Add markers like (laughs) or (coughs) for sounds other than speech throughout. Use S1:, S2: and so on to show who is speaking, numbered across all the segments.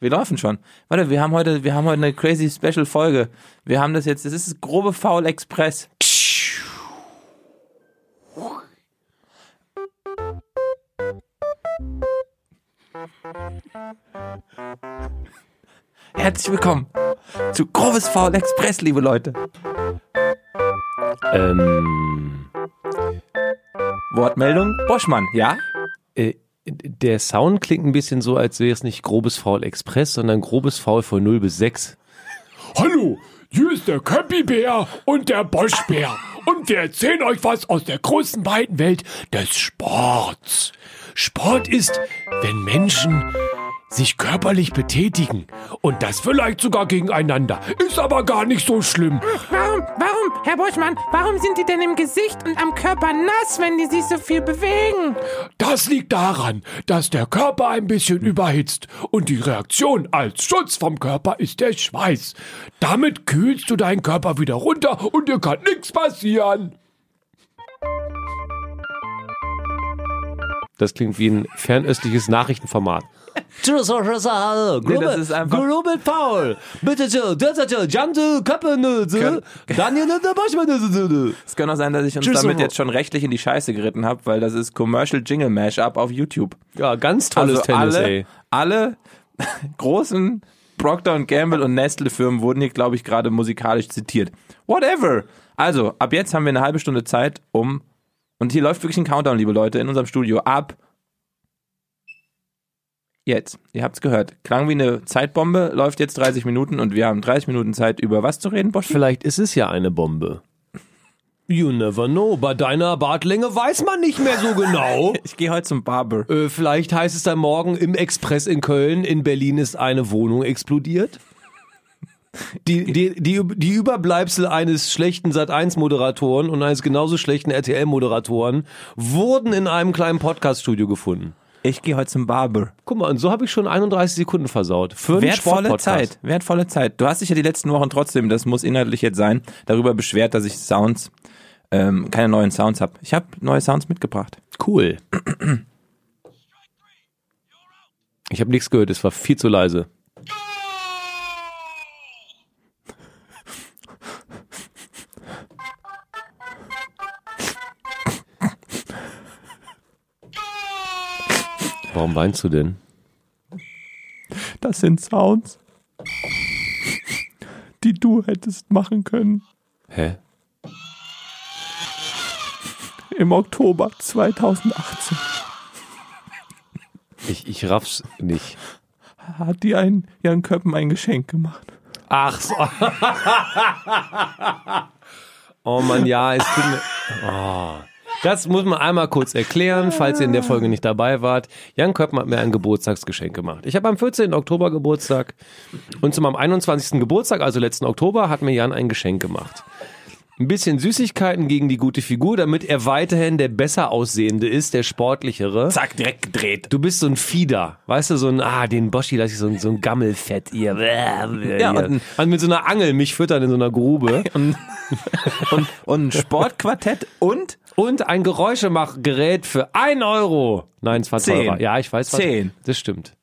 S1: Wir laufen schon. Warte, wir haben heute, wir haben heute eine crazy special Folge. Wir haben das jetzt, das ist das grobe Foul Express. Herzlich willkommen zu grobes Foul Express, liebe Leute.
S2: Ähm,
S1: Wortmeldung Boschmann, ja?
S2: äh, der Sound klingt ein bisschen so, als wäre es nicht grobes Foul Express, sondern grobes Foul von 0 bis 6.
S3: Hallo, hier ist der Köppi-Bär und der Bosch-Bär. Und wir erzählen euch was aus der großen weiten Welt des Sports. Sport ist, wenn Menschen sich körperlich betätigen. Und das vielleicht sogar gegeneinander. Ist aber gar nicht so schlimm.
S4: Warum, warum, Herr Buschmann, warum sind die denn im Gesicht und am Körper nass, wenn die sich so viel bewegen?
S3: Das liegt daran, dass der Körper ein bisschen überhitzt und die Reaktion als Schutz vom Körper ist der Schweiß. Damit kühlst du deinen Körper wieder runter und dir kann nichts passieren.
S2: Das klingt wie ein fernöstliches Nachrichtenformat. (laughs) Tschüss, Grube,
S1: das ist einfach-
S2: Grube Paul, bitte, tschö, tschö, tschö, tschö, Jandu, Köppen, tschö, Daniel, der Boschmann, tschö, tschö, tschö.
S1: Es kann auch sein, dass ich uns
S2: Tschüss,
S1: damit
S2: Ovo.
S1: jetzt schon rechtlich in die Scheiße geritten habe, weil das ist Commercial Jingle Mashup auf YouTube.
S2: Ja, ganz tolles Tennis,
S1: Also alle,
S2: ey.
S1: alle (laughs) großen Procter Gamble und Nestle Firmen wurden hier, glaube ich, gerade musikalisch zitiert. Whatever. Also, ab jetzt haben wir eine halbe Stunde Zeit, um. Und hier läuft wirklich ein Countdown, liebe Leute, in unserem Studio. Ab. Jetzt. Ihr habt's gehört. Klang wie eine Zeitbombe, läuft jetzt 30 Minuten und wir haben 30 Minuten Zeit, über was zu reden, Bosch?
S2: Vielleicht ist es ja eine Bombe. You never know, bei deiner Bartlänge weiß man nicht mehr so genau.
S1: (laughs) Ich gehe heute zum Barber.
S2: Äh, vielleicht heißt es dann morgen im Express in Köln, in Berlin ist eine Wohnung explodiert. Die, die, die, die Überbleibsel eines schlechten Sat1-Moderatoren und eines genauso schlechten RTL-Moderatoren wurden in einem kleinen Podcast-Studio gefunden.
S1: Ich gehe heute zum Barber.
S2: Guck mal, und so habe ich schon 31 Sekunden versaut. Für einen
S1: Wertvolle
S2: Sportpodcast.
S1: Zeit, wertvolle Zeit. Du hast dich ja die letzten Wochen trotzdem, das muss inhaltlich jetzt sein, darüber beschwert, dass ich Sounds, ähm, keine neuen Sounds habe. Ich habe neue Sounds mitgebracht.
S2: Cool. Ich habe nichts gehört, es war viel zu leise. Warum weinst du denn?
S1: Das sind Sounds, die du hättest machen können
S2: Hä?
S1: im Oktober 2018.
S2: Ich, ich raff's nicht.
S1: Hat dir ein Jan Köppen ein Geschenk gemacht.
S2: Ach so. oh Mann, ja, es tut mir. Oh. Das muss man einmal kurz erklären, falls ihr in der Folge nicht dabei wart. Jan Köppen hat mir ein Geburtstagsgeschenk gemacht. Ich habe am 14. Oktober Geburtstag und zu meinem 21. Geburtstag, also letzten Oktober, hat mir Jan ein Geschenk gemacht. Ein bisschen Süßigkeiten gegen die gute Figur, damit er weiterhin der besser aussehende ist, der sportlichere.
S1: Zack, direkt gedreht.
S2: Du bist so ein Fieder, weißt du, so ein, ah, den Boschi lasse ich so ein, so ein Gammelfett ihr. Ja,
S1: und-
S2: und, mit so einer Angel mich füttern in so einer Grube.
S1: Und, und ein Sportquartett und
S2: Und ein Geräuschemachgerät für 1 Euro. Nein, es war
S1: Zehn.
S2: teurer. Ja, ich weiß was.
S1: Zehn.
S2: Das stimmt.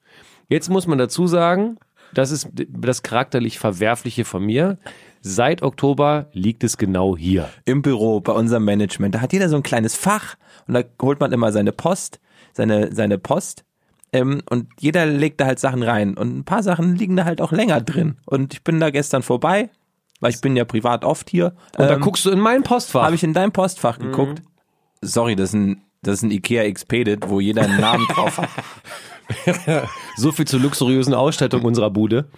S2: Jetzt muss man dazu sagen, das ist das charakterlich Verwerfliche von mir. Seit Oktober liegt es genau hier.
S1: im Büro bei unserem Management. Da hat jeder so ein kleines Fach und da holt man immer seine Post, seine, seine Post. Ähm, und jeder legt da halt Sachen rein. Und ein paar Sachen liegen da halt auch länger drin. Und ich bin da gestern vorbei, weil ich bin ja privat oft hier.
S2: Und da Mhm.
S1: Ähm,
S2: guckst du in mein Postfach.
S1: habe ich in dein Postfach geguckt. Sorry, das ist ein, das ist ein Ikea Expedit, wo jeder einen Namen drauf
S2: (laughs)
S1: hat.
S2: so viel zur luxuriösen Ausstattung unserer Bude.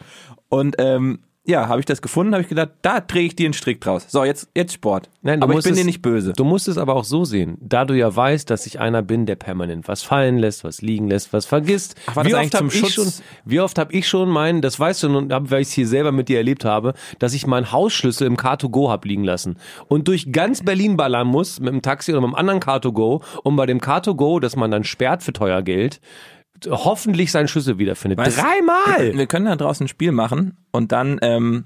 S1: Und ähm, ja, habe ich das gefunden, habe ich gedacht, da drehe ich dir einen Strick draus. So, jetzt, jetzt Sport. Aber ich
S2: musst
S1: bin
S2: es-
S1: dir nicht böse.
S2: Du musst es aber auch so sehen, da du ja weißt, dass ich einer bin, der permanent was fallen lässt, was liegen lässt, was vergisst.
S1: Ach, war das eigentlich
S2: hab
S1: zum
S2: ich
S1: Schutz?
S2: schon, wie oft habe ich schon meinen, das weißt du nun, hab- weil ich es hier selber mit dir erlebt habe, dass ich meinen Hausschlüssel im Car2Go hab liegen lassen und durch ganz Berlin ballern muss mit dem Taxi oder mit einem anderen Car2Go, um bei dem Car2Go, das man dann sperrt für teuer Geld, hoffentlich seinen Schlüssel wiederfindet.
S1: (laughs) Weißt-
S2: Dreimal!
S1: Wir können da draußen ein Spiel machen und dann ähm,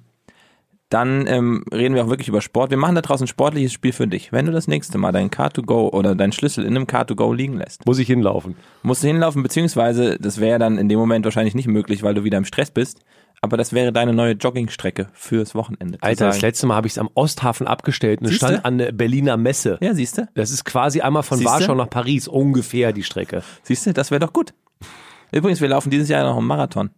S1: dann ähm, reden wir auch wirklich über Sport. Wir machen da draußen ein sportliches Spiel für dich. Wenn du das nächste Mal dein Car-to-Go oder deinen Schlüssel in einem Car-to-Go liegen lässt,
S2: Muss ich hinlaufen.
S1: musst du hinlaufen, beziehungsweise das wäre dann in dem Moment wahrscheinlich nicht möglich, weil du wieder im Stress bist. Aber das wäre deine neue Joggingstrecke fürs Wochenende. zu
S2: Alter, das
S1: sagen.
S2: letzte Mal habe ich es am Osthafen abgestellt und es
S1: Siehste?
S2: stand an der Berliner Messe.
S1: Ja, siehst du?
S2: Das ist quasi einmal von
S1: Siehste?
S2: Warschau nach Paris, ungefähr die Strecke.
S1: Siehst du, das wäre doch gut. Übrigens, wir laufen dieses Jahr noch einen Marathon.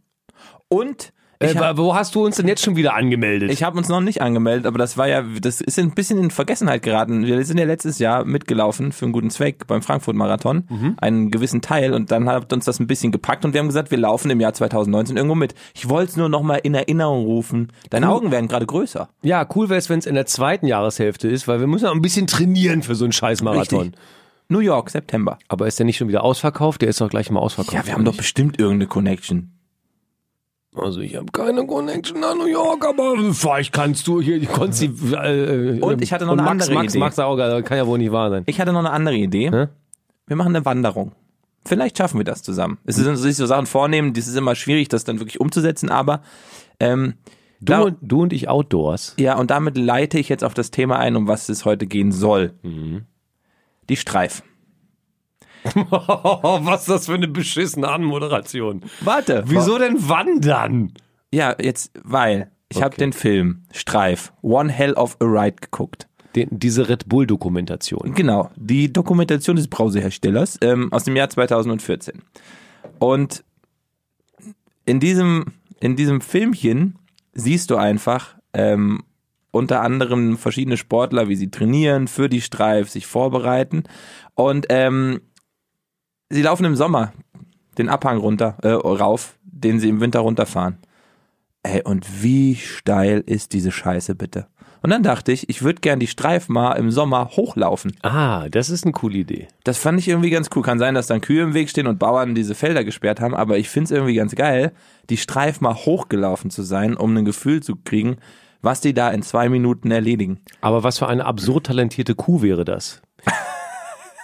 S1: Und ich
S2: äh,
S1: habe
S2: wo hast du uns denn jetzt schon wieder angemeldet?
S1: hab uns noch nicht angemeldet, aber das war ja, das ist ein bisschen in Vergessenheit geraten. Wir sind ja letztes Jahr mitgelaufen für einen guten Zweck beim Frankfurt-Marathon, einen gewissen Teil und dann hat uns das ein bisschen gepackt und wir haben gesagt, wir laufen im Jahr 2019 irgendwo mit. Ich wollte es nur nochmal in Erinnerung rufen. Deine Augen werden gerade größer.
S2: ja, cool wäre es, wenn es in der zweiten Jahreshälfte ist, weil wir müssen auch ein bisschen trainieren für so einen Scheiß-Marathon.
S1: Richtig. New York, September.
S2: Aber ist der nicht schon wieder ausverkauft? Der ist doch gleich mal ausverkauft.
S1: Ja, wir haben doch bestimmt irgendeine Connection.
S2: Also ich habe keine Connection nach New York, aber vielleicht kannst du hier, ich konnte sie. Äh, äh,
S1: Und ich hatte noch
S2: und
S1: eine
S2: Max,
S1: andere
S2: Max,
S1: Idee.
S2: Max, Max, Auger, kann ja wohl nicht wahr sein.
S1: Ich hatte noch eine andere Idee.
S2: Hä?
S1: Wir machen eine Wanderung. Vielleicht schaffen wir das zusammen. Es sind sich so Sachen vornehmen, das ist immer schwierig, das dann wirklich umzusetzen, aber ähm,
S2: Du,
S1: da-
S2: und, du und ich Outdoors.
S1: ja, und damit leite ich jetzt auf das Thema ein, um was es heute gehen soll.
S2: Mhm.
S1: Die Streif.
S2: Oh, was ist das für eine beschissene Anmoderation.
S1: Warte.
S2: Wieso denn wandern?
S1: Ja, jetzt, weil ich habe
S2: Okay.
S1: den Film Streif, One Hell of a Ride geguckt.
S2: Den, diese Red Bull-Dokumentation.
S1: Genau, die Dokumentation des Brauseherstellers ähm, aus dem Jahr 2014. Und in diesem, in diesem Filmchen siehst du einfach ähm, unter anderem verschiedene Sportler, wie sie trainieren, für die Streif, sich vorbereiten. Und ähm, sie laufen im Sommer den Abhang runter, äh, rauf, den sie im Winter runterfahren. Ey, und wie steil ist diese Scheiße bitte? Und dann dachte ich, ich würde gern die Streif mal im Sommer hochlaufen.
S2: Ah, das ist eine coole Idee.
S1: Das fand ich irgendwie ganz cool. Kann sein, dass dann Kühe im Weg stehen und Bauern diese Felder gesperrt haben, aber ich find's irgendwie ganz geil, die Streif mal hochgelaufen zu sein, um ein Gefühl zu kriegen, was die da in zwei Minuten erledigen.
S2: Aber was für eine absurd talentierte Kuh wäre das?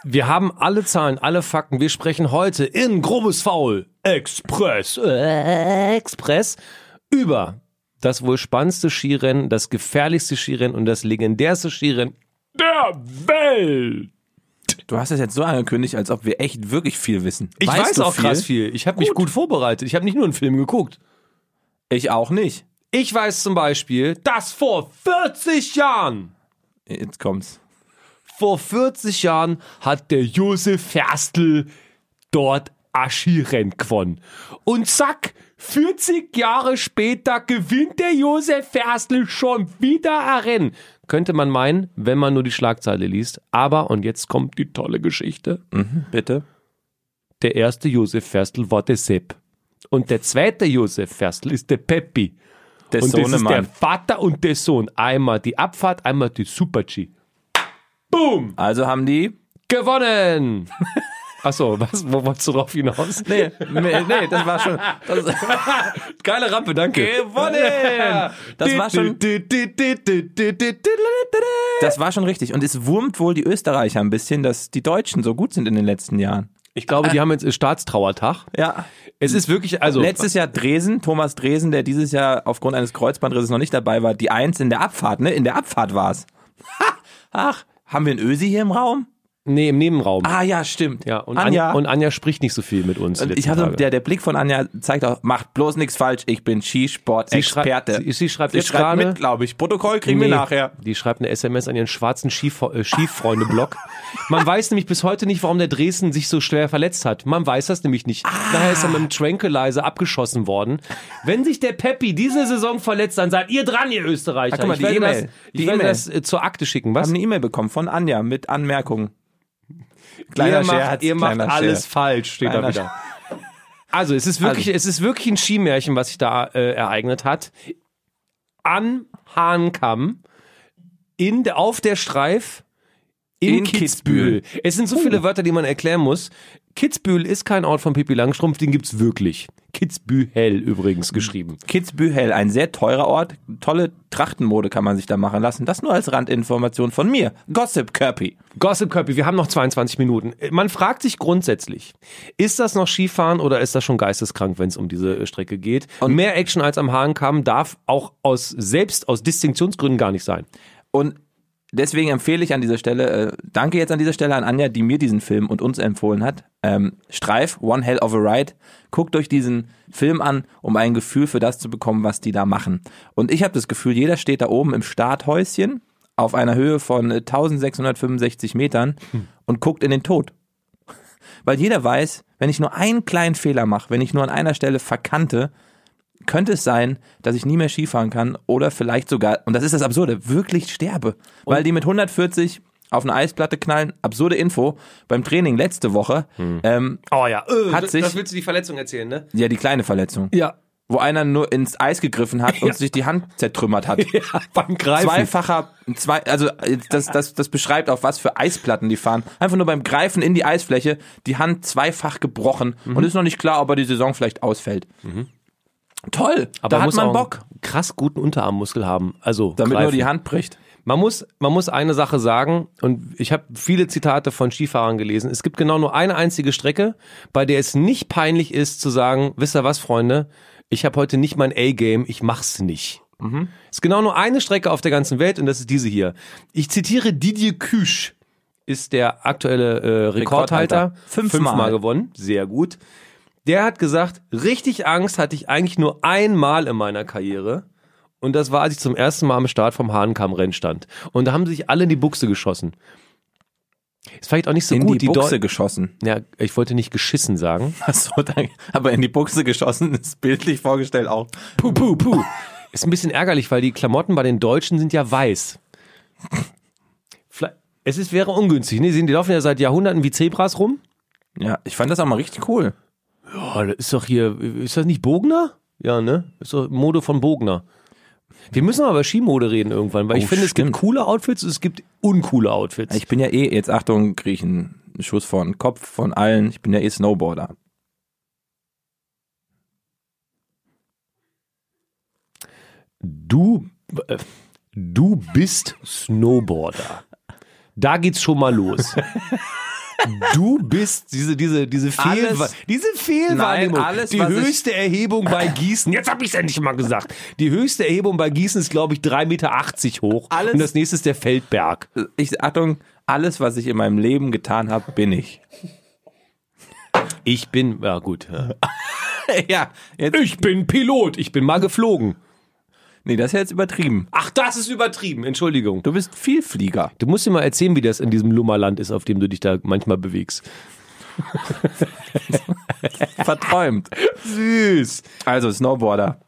S2: Wir haben alle Zahlen, alle Fakten. Wir sprechen heute in grobes Faul Express äh, Express über das wohl spannendste Skirennen, das gefährlichste Skirennen und das legendärste Skirennen.
S3: Der Welt.
S1: Du hast es jetzt so angekündigt, als ob wir echt wirklich viel wissen.
S2: Ich
S1: weißt
S2: weiß
S1: du
S2: auch krass viel. Ich habe mich gut vorbereitet. Ich habe nicht nur einen Film geguckt.
S1: Ich auch nicht.
S2: Ich weiß zum Beispiel, dass vor 40 Jahren
S1: Jetzt kommt's.
S2: Vor 40 Jahren hat der Josef Ferstl dort Aschirenn gewonnen. Und zack, 40 Jahre später gewinnt der Josef Ferstl schon wieder ein Rennen. Könnte man meinen, wenn man nur die Schlagzeile liest. Aber, und jetzt kommt die tolle Geschichte,
S1: Bitte?
S2: der erste Josef Ferstl war der Sepp. Und der zweite Josef Ferstl ist der Peppi.
S1: Der
S2: Und das ist der
S1: Sohnemann.
S2: Vater und der Sohn. Einmal die Abfahrt, einmal die Super-G. Boom!
S1: Also haben die.
S2: gewonnen. Achso, was, wo wolltest du drauf hinaus?
S1: Nee, nee, nee, das war schon. Das,
S2: Geile Rampe, danke.
S1: Gewonnen! Das war schon- das war schon richtig. Und es wurmt wohl die Österreicher ein bisschen, dass die Deutschen so gut sind in den letzten Jahren.
S2: Ich glaube, die haben jetzt äh, Staatstrauertag.
S1: Ja.
S2: Es ist wirklich, also.
S1: Letztes Jahr Dresen, Thomas Dresen, der dieses Jahr aufgrund eines Kreuzbandrisses noch nicht dabei war, die Eins in der Abfahrt, ne? In der Abfahrt war's. Ha! Ach, haben wir einen Ösi hier im Raum?
S2: nee, im Nebenraum.
S1: Ah ja, stimmt.
S2: ja, und
S1: Anja.
S2: Anja. und Anja spricht nicht so viel mit uns.
S1: Und
S2: letzten
S1: ich hatte,
S2: Tage.
S1: der, der Blick von Anja zeigt auch, macht bloß nichts falsch, ich bin Skisport-Experte.
S2: Sie schrei- sie- sie schreibt jetzt gerade-
S1: mit, glaube ich. Protokoll kriegen
S2: Nee,
S1: wir nachher.
S2: Die schreibt eine SMS an ihren schwarzen Skifo- äh, Skifreunde-Blog. Man weiß nämlich bis heute nicht, warum der Dresden sich so schwer verletzt hat. Man weiß das nämlich nicht. Daher ist er mit dem Tranquilizer abgeschossen worden. Wenn sich der Peppi diese Saison verletzt, dann seid ihr dran, ihr Österreicher.
S1: Ah, guck mal,
S2: ich
S1: die
S2: werde
S1: E-Mail.
S2: das,
S1: Die
S2: ich werde
S1: E-Mail.
S2: das äh, zur Akte schicken.
S1: Wir
S2: Was?
S1: haben eine E-Mail bekommen von Anja mit Anmerkungen. Kleiner
S2: ihr macht,
S1: Scherz,
S2: ihr macht
S1: kleiner
S2: alles
S1: Scherz.
S2: falsch, steht da
S1: Kleiner
S2: wieder. Also es ist wirklich, es ist wirklich ein Skimärchen, was sich da äh, ereignet hat. An Hahnkamm, in der, auf der Streif in, Oh.
S1: In
S2: Kitzbühel. Es sind so viele Wörter, die man erklären muss. Kitzbühel ist kein Ort von Pipi Langstrumpf, den gibt's wirklich. Kitzbühel übrigens geschrieben.
S1: Kitzbühel, ein sehr teurer Ort. Tolle Trachtenmode kann man sich da machen lassen. Das nur als Randinformation von mir. Gossip Kirby.
S2: Gossip Köppi, wir haben noch 22 Minuten. Äh, Man fragt sich grundsätzlich, ist das noch Skifahren oder ist das schon geisteskrank, wenn es um diese äh, Strecke geht? Und mehr Action als am Hahn kam, darf auch aus selbst aus Distinktionsgründen gar nicht sein.
S1: Und deswegen empfehle ich an dieser Stelle, äh, danke jetzt an dieser Stelle an Anja, die mir diesen Film und uns empfohlen hat. Ähm, Streif, One Hell of a Ride. Guckt euch diesen Film an, um ein Gefühl für das zu bekommen, was die da machen. Und ich habe das Gefühl, jeder steht da oben im Starthäuschen auf einer Höhe von äh, 1665 Metern und guckt in den Tod. (laughs) Weil jeder weiß, wenn ich nur einen kleinen Fehler mache, wenn ich nur an einer Stelle verkante, könnte es sein, dass ich nie mehr Skifahren kann oder vielleicht sogar, und das ist das Absurde, wirklich sterbe. Weil die mit 140 auf eine Eisplatte knallen, absurde Info, beim Training letzte Woche, ähm,
S2: Oh ja, äh,
S1: Hat
S2: das-
S1: sich-
S2: das willst du die Verletzung erzählen, ne?
S1: ja die kleine Verletzung,
S2: Ja.
S1: wo einer nur ins Eis gegriffen hat und sich die Hand zertrümmert hat.
S2: (laughs) (laughs) ja beim Greifen.
S1: Zweifacher, zwei, also äh, das, das, das beschreibt auch, was für Eisplatten die fahren. Einfach nur beim Greifen in die Eisfläche, die Hand zweifach gebrochen
S2: Mhm.
S1: und ist noch nicht klar, ob er die Saison vielleicht ausfällt. Toll,
S2: Aber
S1: da hat
S2: muss
S1: man
S2: auch
S1: Bock,
S2: einen krass guten Unterarmmuskel haben. Also
S1: damit nur
S2: greifen.
S1: die Hand bricht.
S2: Man muss, man muss eine Sache sagen, und ich habe viele Zitate von Skifahrern gelesen. Es gibt genau nur eine einzige Strecke, bei der es nicht peinlich ist zu sagen, wisst ihr was, Freunde, ich habe heute nicht mein A-Game, ich mach's nicht.
S1: Mhm.
S2: Es ist genau nur eine Strecke auf der ganzen Welt und das ist diese hier. Ich zitiere Didier Küsch, ist der aktuelle äh, Rekordhalter.
S1: Rekordhalter. Fünfmal.
S2: Fünfmal gewonnen, sehr gut. Der hat gesagt, richtig Angst hatte ich eigentlich nur einmal in meiner Karriere. Und das war, als ich zum ersten Mal am Start vom Hahnkamm-Rennen stand. Und da haben sich alle in die Buchse geschossen. Ist vielleicht auch nicht so
S1: In
S2: gut.
S1: die Buchse
S2: Deu-
S1: geschossen. (laughs)
S2: ja, ich wollte nicht geschissen sagen.
S1: Achso, danke. Aber in die Buchse geschossen ist bildlich vorgestellt auch.
S2: Puh, puh, puh. Ist ein bisschen ärgerlich, weil die Klamotten bei den Deutschen sind ja weiß. Vielleicht- Es ist, wäre ungünstig. Ne? Sie sind- Die laufen ja seit Jahrhunderten wie Zebras rum.
S1: Ja, ich fand das auch mal richtig cool.
S2: Oh, das ist doch hier, ist das nicht Bogner? Ja, ne? Ist doch Mode von Bogner. Wir müssen mal über Skimode reden irgendwann, weil ich
S1: Oh,
S2: finde, es
S1: stimmt.
S2: gibt coole Outfits und es gibt uncoole Outfits.
S1: Ich bin ja eh, jetzt Achtung, Griechen, Schuss vor den Kopf von allen, ich bin ja eh Snowboarder.
S2: Du, äh, du bist Snowboarder. Da geht's schon mal
S1: (laughs)
S2: los. Du bist diese diese diese Fehl
S1: Alles-
S2: diese Fehlwahrnehmung,
S1: Nein, alles,
S2: die
S1: was ich-
S2: höchste
S1: (laughs)
S2: Erhebung bei Gießen. Jetzt habe ich es endlich mal gesagt. Die höchste Erhebung bei Gießen ist glaube ich 3,80 Meter hoch
S1: Alles-
S2: und das nächste ist der Feldberg.
S1: Ich, Achtung, alles, was ich in meinem Leben getan habe, bin ich.
S2: Ich bin ja gut. Ja.
S1: (laughs) ja, jetzt,
S2: Ich bin Pilot. Ich bin mal geflogen.
S1: nee, das ist ja jetzt
S2: (laughs)
S1: übertrieben.
S2: Ach, das ist übertrieben. Entschuldigung.
S1: Du bist Vielflieger.
S2: Du musst dir mal erzählen, wie das in diesem Lummerland ist, auf dem du dich da manchmal bewegst.
S1: Verträumt.
S2: Süß.
S1: Also Snowboarder.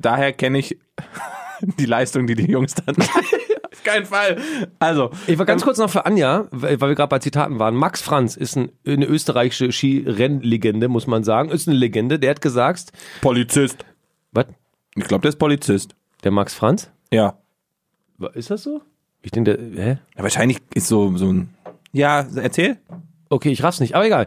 S1: Daher kenne ich (laughs) die Leistung, die die Jungs
S2: (laughs)
S1: dann. Auf keinen Fall. Also,
S2: Ich war ganz kurz noch für Anja, weil weil wir gerade bei Zitaten waren. Max Franz ist ein, eine österreichische Skirennlegende, muss man sagen. Ist eine Legende. Der hat gesagt,
S1: Polizist.
S2: was?
S1: Ich glaube, der ist Polizist.
S2: Der Max Franz?
S1: Ja.
S2: Wa- Ist das so? Ich denke, der, hä?
S1: ja wahrscheinlich ist so, so ein. Ja, erzähl.
S2: Okay, ich raff's nicht, aber egal.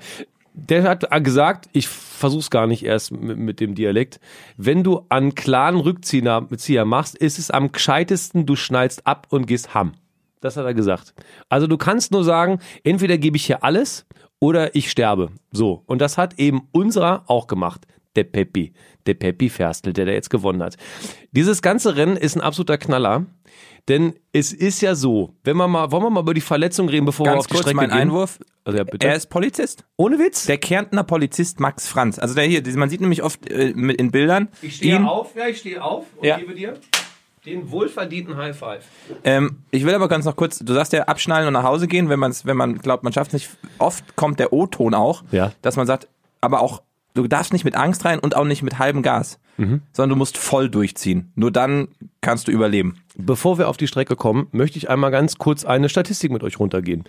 S2: Der hat gesagt, ich versuch's gar nicht erst mit, mit dem Dialekt. Wenn du einen klaren Rückzieher Zieher machst, ist es am gescheitesten, du schnallst ab und gehst ham. Das hat er gesagt. Also du kannst nur sagen, entweder gebe ich hier alles oder ich sterbe. So. Und das hat eben unserer auch gemacht. Der Peppi. Der Peppi Ferstl, der da jetzt gewonnen hat. Dieses ganze Rennen ist ein absoluter Knaller. Denn es ist ja so, wenn man mal, wollen wir mal über die Verletzung reden, bevor wir
S1: Ganz
S2: auf die
S1: kurz
S2: Strecke
S1: mein
S2: gehen?
S1: Einwurf.
S2: Also, ja, bitte.
S1: Er ist Polizist.
S2: Ohne Witz?
S1: Der Kärntner Polizist Max Franz. Also der hier, man sieht nämlich oft äh, mit- in Bildern.
S2: Ich stehe
S1: ihn.
S2: auf, ja, ich stehe auf und
S1: Ja.
S2: gebe dir den wohlverdienten High Five.
S1: Ähm, ich will aber ganz noch kurz, du sagst ja abschnallen und nach Hause gehen, wenn, man's, wenn man glaubt, man schafft es nicht. Oft kommt der O-Ton auch,
S2: Ja.
S1: dass man sagt, aber auch, du darfst nicht mit Angst rein und auch nicht mit halbem Gas,
S2: Mhm.
S1: sondern du musst voll durchziehen. Nur dann kannst du überleben.
S2: Bevor wir auf die Strecke kommen, möchte ich einmal ganz kurz eine Statistik mit euch Hm. Ah. runtergehen.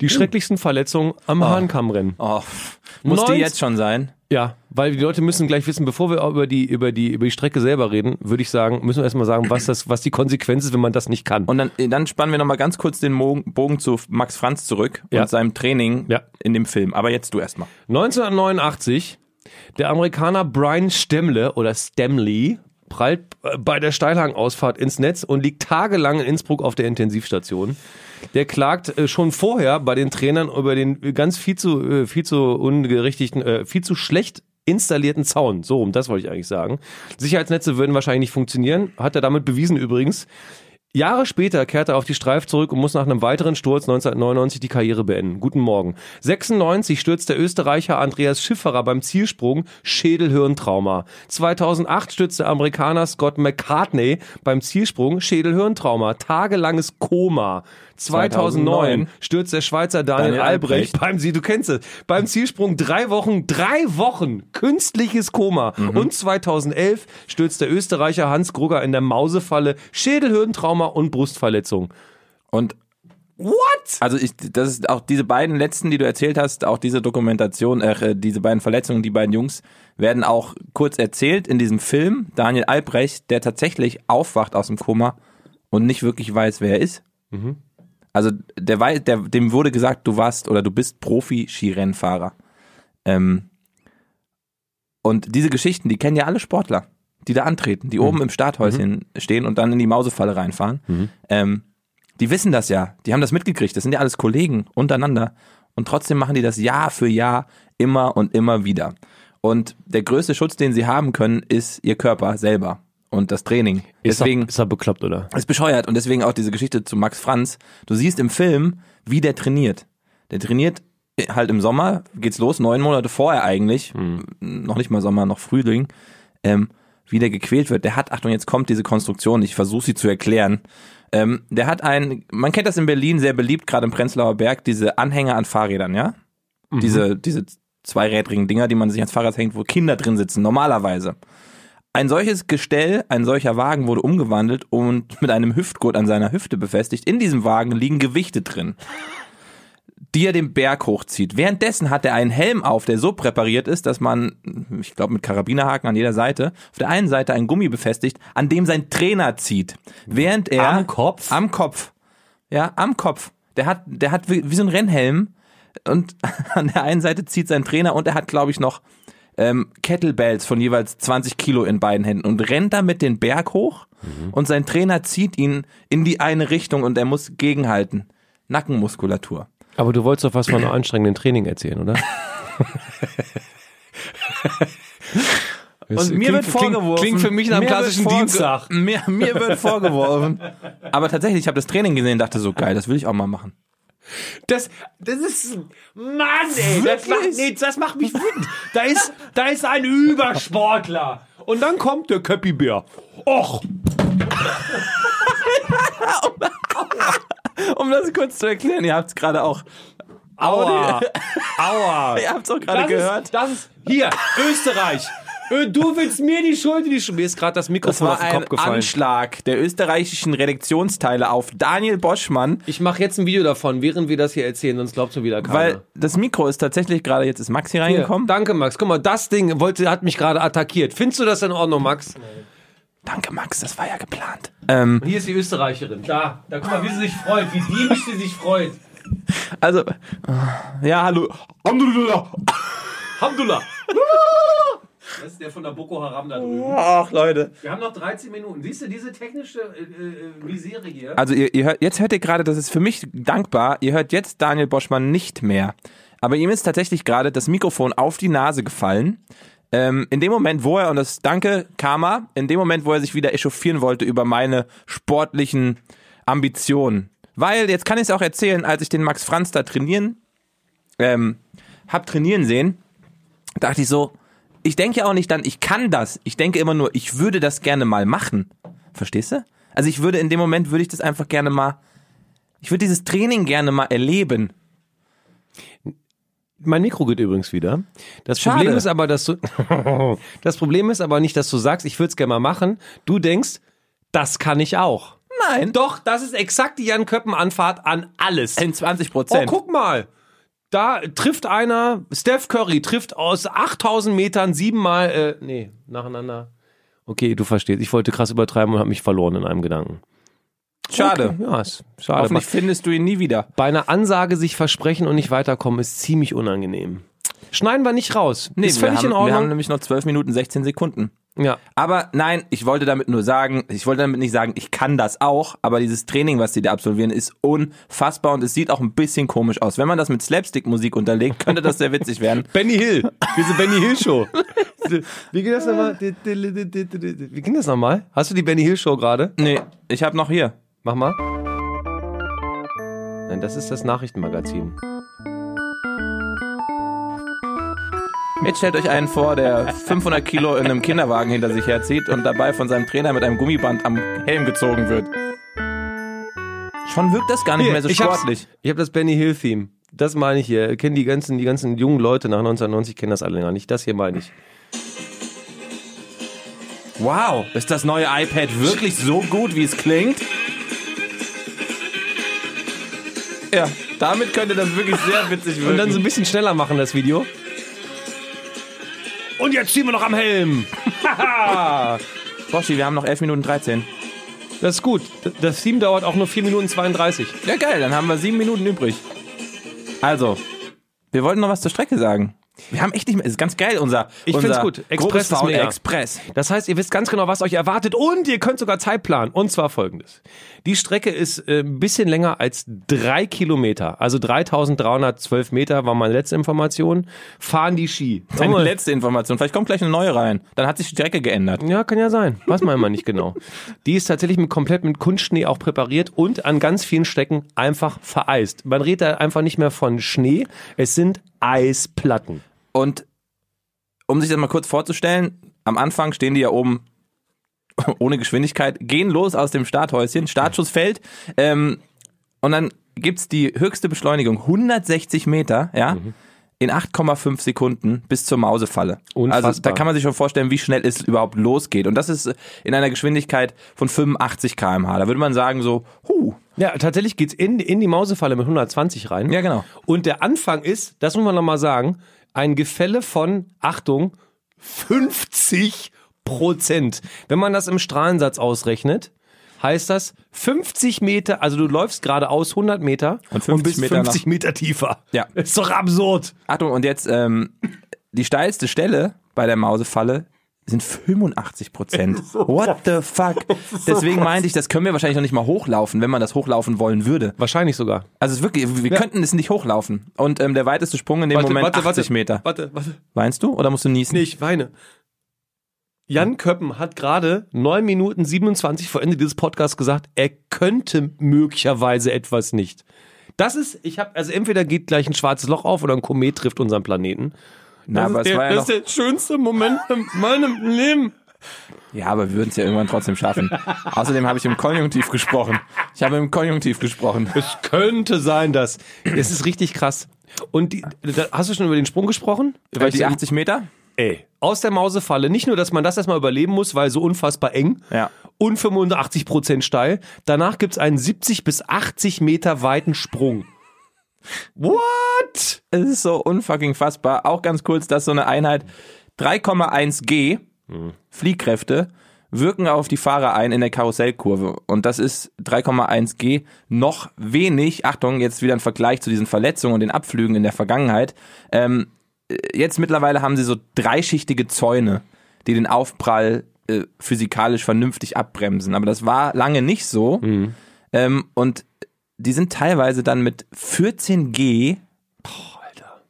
S2: Die schrecklichsten Verletzungen am Hahnkammrennen.
S1: Oh, muss die
S2: Neunz-
S1: jetzt schon sein?
S2: Ja, weil die Leute müssen gleich wissen, bevor wir auch über die, über die, über die Strecke selber reden, würde ich sagen, müssen wir erstmal sagen, was das, was die Konsequenz ist, wenn man das nicht kann.
S1: Und dann, äh, dann spannen wir nochmal ganz kurz den Mo- Bogen zu Max Franz zurück
S2: Ja.
S1: und seinem Training
S2: Ja.
S1: in dem Film. Aber jetzt du erstmal.
S2: 1989, der Amerikaner Brian Stemle oder Stemley prallt äh, bei der Steilhangausfahrt ins Netz und liegt tagelang in Innsbruck auf der Intensivstation. Der klagt äh, schon vorher bei den Trainern über den ganz viel zu, äh, viel zu ungerichtigten, äh, viel zu schlecht installierten Zaun. So rum, das wollte ich eigentlich sagen. Sicherheitsnetze würden wahrscheinlich nicht funktionieren. Hat er damit bewiesen übrigens. Jahre später kehrt er auf die Streif zurück und muss nach einem weiteren Sturz 1999 die Karriere beenden. Guten Morgen. 96 stürzt der Österreicher Andreas Schifferer beim Zielsprung Schädelhirntrauma. 2008 stürzt der Amerikaner Scott McCartney beim Zielsprung Schädelhirntrauma. Tagelanges Koma. 2009 stürzt der Schweizer Daniel,
S1: Daniel
S2: Albrecht,
S1: Albrecht.
S2: beim Sie, du kennst es, beim Zielsprung drei Wochen, drei Wochen künstliches Koma. Und 2011 stürzt der Österreicher Hans Grugger in der Mausefalle, Schädelhirntrauma und Brustverletzung.
S1: Und
S2: What?
S1: also ich, das ist auch diese beiden letzten, die du erzählt hast, auch diese Dokumentation, äh, diese beiden Verletzungen, die beiden Jungs, werden auch kurz erzählt in diesem Film. Daniel Albrecht, der tatsächlich aufwacht aus dem Koma und nicht wirklich weiß, wer er ist. Also der weiß, der, dem wurde gesagt, du warst oder du bist Profi-Skirennfahrer. Ähm, und diese Geschichten, die kennen ja alle Sportler, die da antreten, die oben im Starthäuschen stehen und dann in die Mausefalle reinfahren. Ähm, die wissen das ja, die haben das mitgekriegt, das sind ja alles Kollegen untereinander. Und trotzdem machen die das Jahr für Jahr immer und immer wieder. Und der größte Schutz, den sie haben können, ist ihr Körper selber und das Training. Deswegen
S2: er bekloppt, oder?
S1: ist bescheuert und deswegen auch diese Geschichte zu Max Franz. Du siehst im Film, wie der trainiert. Der trainiert äh, halt im Sommer, geht's los, neun Monate vorher eigentlich, noch nicht mal Sommer, noch Frühling, ähm, wie der gequält wird. Der hat, Achtung, jetzt kommt diese Konstruktion, ich versuche sie zu erklären. Ähm, der hat einen, man kennt das in Berlin sehr beliebt, gerade im Prenzlauer Berg, diese Anhänger an Fahrrädern, ja?
S2: Mhm.
S1: Diese, diese zweirädrigen Dinger, die man sich ans Fahrrad hängt, wo Kinder drin sitzen, normalerweise. Ein solches Gestell, ein solcher Wagen wurde umgewandelt und mit einem Hüftgurt an seiner Hüfte befestigt. In diesem Wagen liegen Gewichte drin, die er den Berg hochzieht. Währenddessen hat er einen Helm auf, der so präpariert ist, dass man, ich glaube mit Karabinerhaken an jeder Seite, auf der einen Seite ein Gummi befestigt, an dem sein Trainer zieht. Während er...
S2: Am Kopf?
S1: Am Kopf. Ja, am Kopf. Der hat, der hat wie, wie so ein Rennhelm und (laughs) an der einen Seite zieht sein Trainer und er hat, glaube ich, noch ähm, Kettlebells von jeweils 20 Kilo in beiden Händen und rennt damit den Berg hoch und sein Trainer zieht ihn in die eine Richtung und er muss gegenhalten. Nackenmuskulatur.
S2: Aber du wolltest doch was von einem anstrengenden Training erzählen, oder?
S1: Und mir wird vorgeworfen.
S2: Klingt für mich nach einem
S1: mir
S2: klassischen
S1: wird vorge-
S2: Dienstag.
S1: Mir, mir wird
S2: (laughs)
S1: vorgeworfen. Aber tatsächlich, ich habe das Training gesehen und dachte so, geil, das will ich auch mal machen.
S2: Das, das ist, Mann, ey, das macht, nee, das macht mich wütend. Da ist, da ist ein Übersportler. Und dann kommt der Köppibär. Och,
S1: Um das kurz zu erklären, ihr habt es gerade auch,
S2: (laughs) aua, aua.
S1: ihr habt's auch gerade gehört.
S2: Ist, das ist hier Österreich. Ö, Du willst mir die Schuld in die Schuld. Mir ist gerade das
S1: Das
S2: Mikrofon
S1: war
S2: auf den
S1: ein
S2: Kopf gefallen.
S1: Anschlag der österreichischen Redaktionsteile auf Daniel Boschmann,
S2: ich mache jetzt ein Video davon, während wir das hier erzählen, sonst glaubst du wieder keiner.
S1: weil das Mikro ist tatsächlich gerade, jetzt ist Max hier
S2: Hier,
S1: reingekommen.
S2: Danke, Max. Guck mal, das Ding wollte, hat mich gerade attackiert. Findest du das in Ordnung, Max?
S1: Danke, Max, das war ja geplant. Ähm,
S2: Hier ist die Österreicherin. Da, da guck mal, wie sie sich freut, wie diebisch sie sich freut.
S1: also, ja, hallo.
S2: (laughs) Hamdullah. Das ist der von der Boko Haram da drüben.
S1: Ach, Leute.
S2: Wir haben noch 13 Minuten. Siehst du diese technische äh, äh, Misere hier?
S1: Also, ihr, ihr hört, jetzt hört ihr gerade, das ist für mich dankbar, ihr hört jetzt Daniel Boschmann nicht mehr. Aber ihm ist tatsächlich gerade das Mikrofon auf die Nase gefallen. Ähm, in dem Moment, wo er, und das Danke, Karma, in dem Moment, wo er sich wieder echauffieren wollte über meine sportlichen Ambitionen. Weil, jetzt kann ich es auch erzählen, als ich den Max Franz da trainieren, ähm, hab trainieren sehen, dachte ich so, ich denke ja auch nicht dann, ich kann das. Ich denke immer nur, ich würde das gerne mal machen. Verstehst du? Also ich würde in dem Moment, würde ich das einfach gerne mal, ich würde dieses Training gerne mal erleben.
S2: Mein Mikro geht übrigens wieder. Das
S1: Schade.
S2: Problem ist aber, dass du. (laughs) das Problem ist aber nicht, dass du sagst, ich würde es gerne mal machen. Du denkst, das kann ich auch.
S1: Nein.
S2: Doch, das ist exakt die Jan Köppen-Anfahrt an alles.
S1: In 20
S2: Oh,
S1: Prozent.
S2: guck mal. Da trifft einer, Steph Curry trifft aus 8000 Metern siebenmal, äh, nee, nacheinander. Okay, du verstehst. Ich wollte krass übertreiben und habe mich verloren in einem Gedanken.
S1: Schade.
S2: Okay, Ja, ist schade.
S1: Hoffentlich findest du ihn nie wieder.
S2: Bei einer Ansage sich versprechen und nicht weiterkommen ist ziemlich unangenehm. Schneiden wir nicht raus. Nee, ist
S1: wir
S2: völlig
S1: haben,
S2: in
S1: Wir haben
S2: Ordnung.
S1: nämlich noch 12 Minuten 16 Sekunden.
S2: ja.
S1: Aber nein, ich wollte damit nur sagen, ich wollte damit nicht sagen, ich kann das auch, aber dieses Training, was die da absolvieren, ist unfassbar und es sieht auch ein bisschen komisch aus. Wenn man das mit Slapstick-Musik unterlegt, könnte das sehr witzig werden. (laughs)
S2: Benny Hill. Diese Benny Hill Show. (laughs) Wie ging das nochmal? Wie ging das nochmal? Hast du die Benny Hill Show gerade?
S1: Nee, ich habe noch hier.
S2: Mach mal. Nein, das ist das Nachrichtenmagazin.
S1: Jetzt stellt euch einen vor, der 500 Kilo in einem Kinderwagen hinter sich herzieht und dabei von seinem Trainer mit einem Gummiband am Helm gezogen wird. Schon wirkt das gar nicht mehr so
S2: ich
S1: sportlich.
S2: Hab's, ich habe das Benny Hill Theme. Das meine ich hier. Kennen die ganzen, die ganzen jungen Leute nach 1990 kennen das alle länger nicht. Das hier meine ich.
S1: Wow, ist das neue iPad wirklich so gut, wie es klingt? Ja, damit könnte das wirklich sehr witzig wirken.
S2: Und dann so ein bisschen schneller machen das Video. Und jetzt stehen wir noch am Helm.
S1: Boschi, wir haben noch 11 Minuten 13.
S2: Das ist gut. Das Theme dauert auch nur 4 Minuten 32.
S1: Ja, geil, dann haben wir 7 Minuten übrig. Also, wir wollten noch was zur Strecke sagen. Wir haben echt nicht mehr, ist ganz geil, unser
S2: Ich
S1: unser
S2: find's gut. Express ist
S1: Express
S2: mega.
S1: Express.
S2: Das heißt, ihr wisst ganz genau, was euch erwartet und ihr könnt sogar Zeit planen. Und zwar folgendes. Die Strecke ist äh, ein bisschen länger als drei Kilometer. Also 3312 Meter war meine letzte Information. Fahren die Ski.
S1: Deine
S2: Oh,
S1: letzte Information. Vielleicht kommt gleich eine neue rein. Dann hat sich die Strecke geändert.
S2: ja, kann ja sein. Weiß man immer nicht genau. Die ist tatsächlich mit, komplett mit Kunstschnee auch präpariert und an ganz vielen Strecken einfach vereist. Man redet da einfach nicht mehr von Schnee. Es sind Eisplatten.
S1: Und um sich das mal kurz vorzustellen, am Anfang stehen die ja oben (laughs) ohne Geschwindigkeit, gehen los aus dem Starthäuschen, Startschuss fällt ähm, und dann gibt's die höchste Beschleunigung, 160 Meter, ja, in 8,5 Sekunden bis zur Mausefalle.
S2: Unfassbar.
S1: Also da kann man sich schon vorstellen, wie schnell es überhaupt losgeht. Und das ist in einer Geschwindigkeit von 85 km/h. Da würde man sagen so, huh,
S2: Ja, tatsächlich geht's in, in die Mausefalle mit 120 rein.
S1: Ja, genau.
S2: Und der Anfang ist, das muss man nochmal sagen, ein Gefälle von, Achtung, 50 Prozent. Wenn man das im Strahlensatz ausrechnet, heißt das 50 Meter, also du läufst geradeaus 100 Meter
S1: Und 50
S2: bist
S1: Meter
S2: 50 Meter tiefer.
S1: Ja.
S2: Ist doch absurd.
S1: Achtung, und jetzt ähm, die steilste Stelle bei der Mausefalle sind 85
S2: (laughs)
S1: Prozent. What the fuck? Deswegen meinte ich, das können wir wahrscheinlich noch nicht mal hochlaufen, wenn man das hochlaufen wollen würde.
S2: Wahrscheinlich sogar.
S1: Also es ist wirklich, wir könnten es nicht hochlaufen. Und ähm, der weiteste Sprung in dem Moment 80 Meter.
S2: Warte, warte.
S1: Weinst du oder musst du niesen?
S2: Nee, ich weine. Jan Köppen hat gerade 9 Minuten 27 vor Ende dieses Podcasts gesagt, er könnte möglicherweise etwas nicht. Das ist, ich habe, also entweder geht gleich ein schwarzes Loch auf oder ein Komet trifft unseren Planeten.
S1: Na, aber es war ja, noch,
S2: der schönste Moment in meinem Leben.
S1: ja, aber wir würden es ja irgendwann trotzdem
S2: (laughs)
S1: schaffen. Außerdem habe ich im Konjunktiv gesprochen. Ich habe im Konjunktiv gesprochen.
S2: Es könnte sein, dass. Es ist richtig krass. Und die, da, hast du schon über den Sprung gesprochen? Weil
S1: Äh, Die 80 Meter?
S2: Ey. Aus der Mausefalle. Nicht nur, dass man das erstmal überleben muss, weil so unfassbar eng
S1: Ja.
S2: und 85 Prozent steil. Danach gibt's einen 70 bis 80 Meter weiten Sprung. What?
S1: Es ist so unfucking fassbar. Auch ganz kurz, dass so eine Einheit 3,1 G Fliehkräfte wirken auf die Fahrer ein in der Karussellkurve. Und das ist 3,1 G noch wenig. Achtung, jetzt wieder ein Vergleich zu diesen Verletzungen und den Abflügen in der Vergangenheit. Ähm, äh, jetzt mittlerweile haben sie so dreischichtige Zäune, die den Aufprall äh, physikalisch vernünftig abbremsen. Aber das war lange nicht so. Ähm, und die sind teilweise dann mit 14 G